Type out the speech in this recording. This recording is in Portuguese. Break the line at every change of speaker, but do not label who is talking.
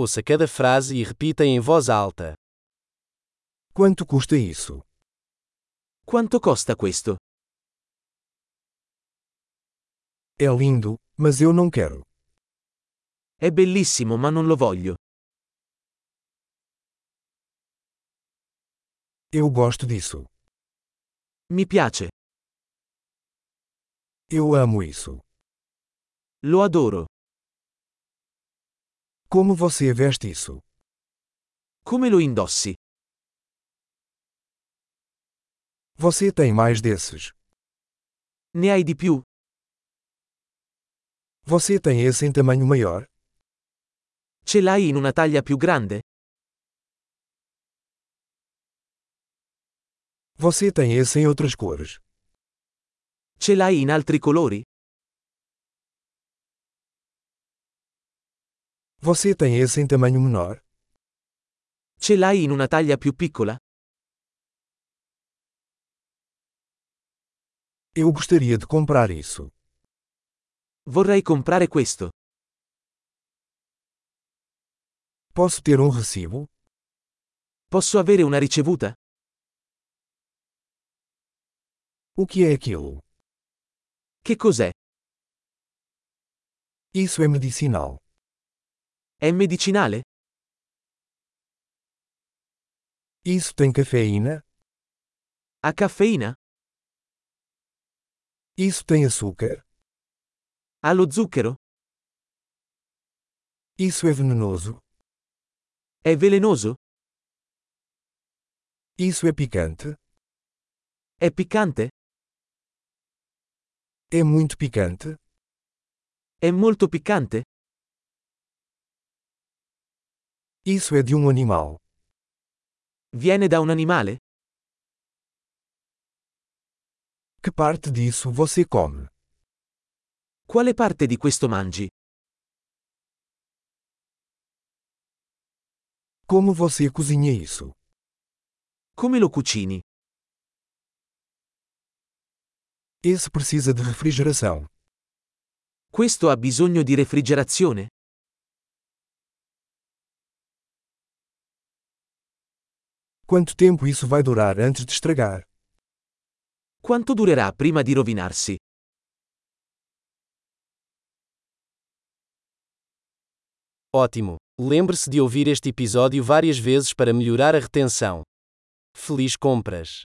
Ouça cada frase e repita em voz alta.
Quanto custa isso?
Quanto costa questo?
É lindo, mas eu não quero.
È É bellissimo ma non lo voglio.
Eu gosto disso.
Mi piace.
Eu amo isso.
Lo adoro.
Como você veste isso?
Come lo indossi?
Você tem mais desses.
Ne hai di più?
Você tem esse em tamanho maior?
Ce l'hai in una taglia più grande?
Você tem esse em outras cores?
Ce l'hai in altri colori?
Você tem esse em tamanho menor?
Ce l'hai in una taglia più piccola?
Eu gostaria de comprar isso.
Vorrei comprare questo.
Posso ter um recibo?
Posso avere una ricevuta?
O que é aquilo?
Che cos'è?
Isso é medicinal.
È medicinale?
Isso tem cafeína?
Ha caffeina?
Isso tem açúcar?
Ha lo zucchero?
Isso é venenoso?
È velenoso?
Isso é picante?
È piccante?
É muito picante?
È molto piccante?
Isso é de um animal.
Viene da un animale?
Que parte disso você come?
Quale parte di questo mangi?
Como você cozinha isso?
Come lo cucini?
Esse precisa de refrigeração.
Questo ha bisogno di refrigerazione?
Quanto tempo isso vai durar antes de estragar?
Quanto durerà prima di rovinarsi? Ótimo! Lembre-se de ouvir este episódio várias vezes para melhorar a retenção. Feliz compras!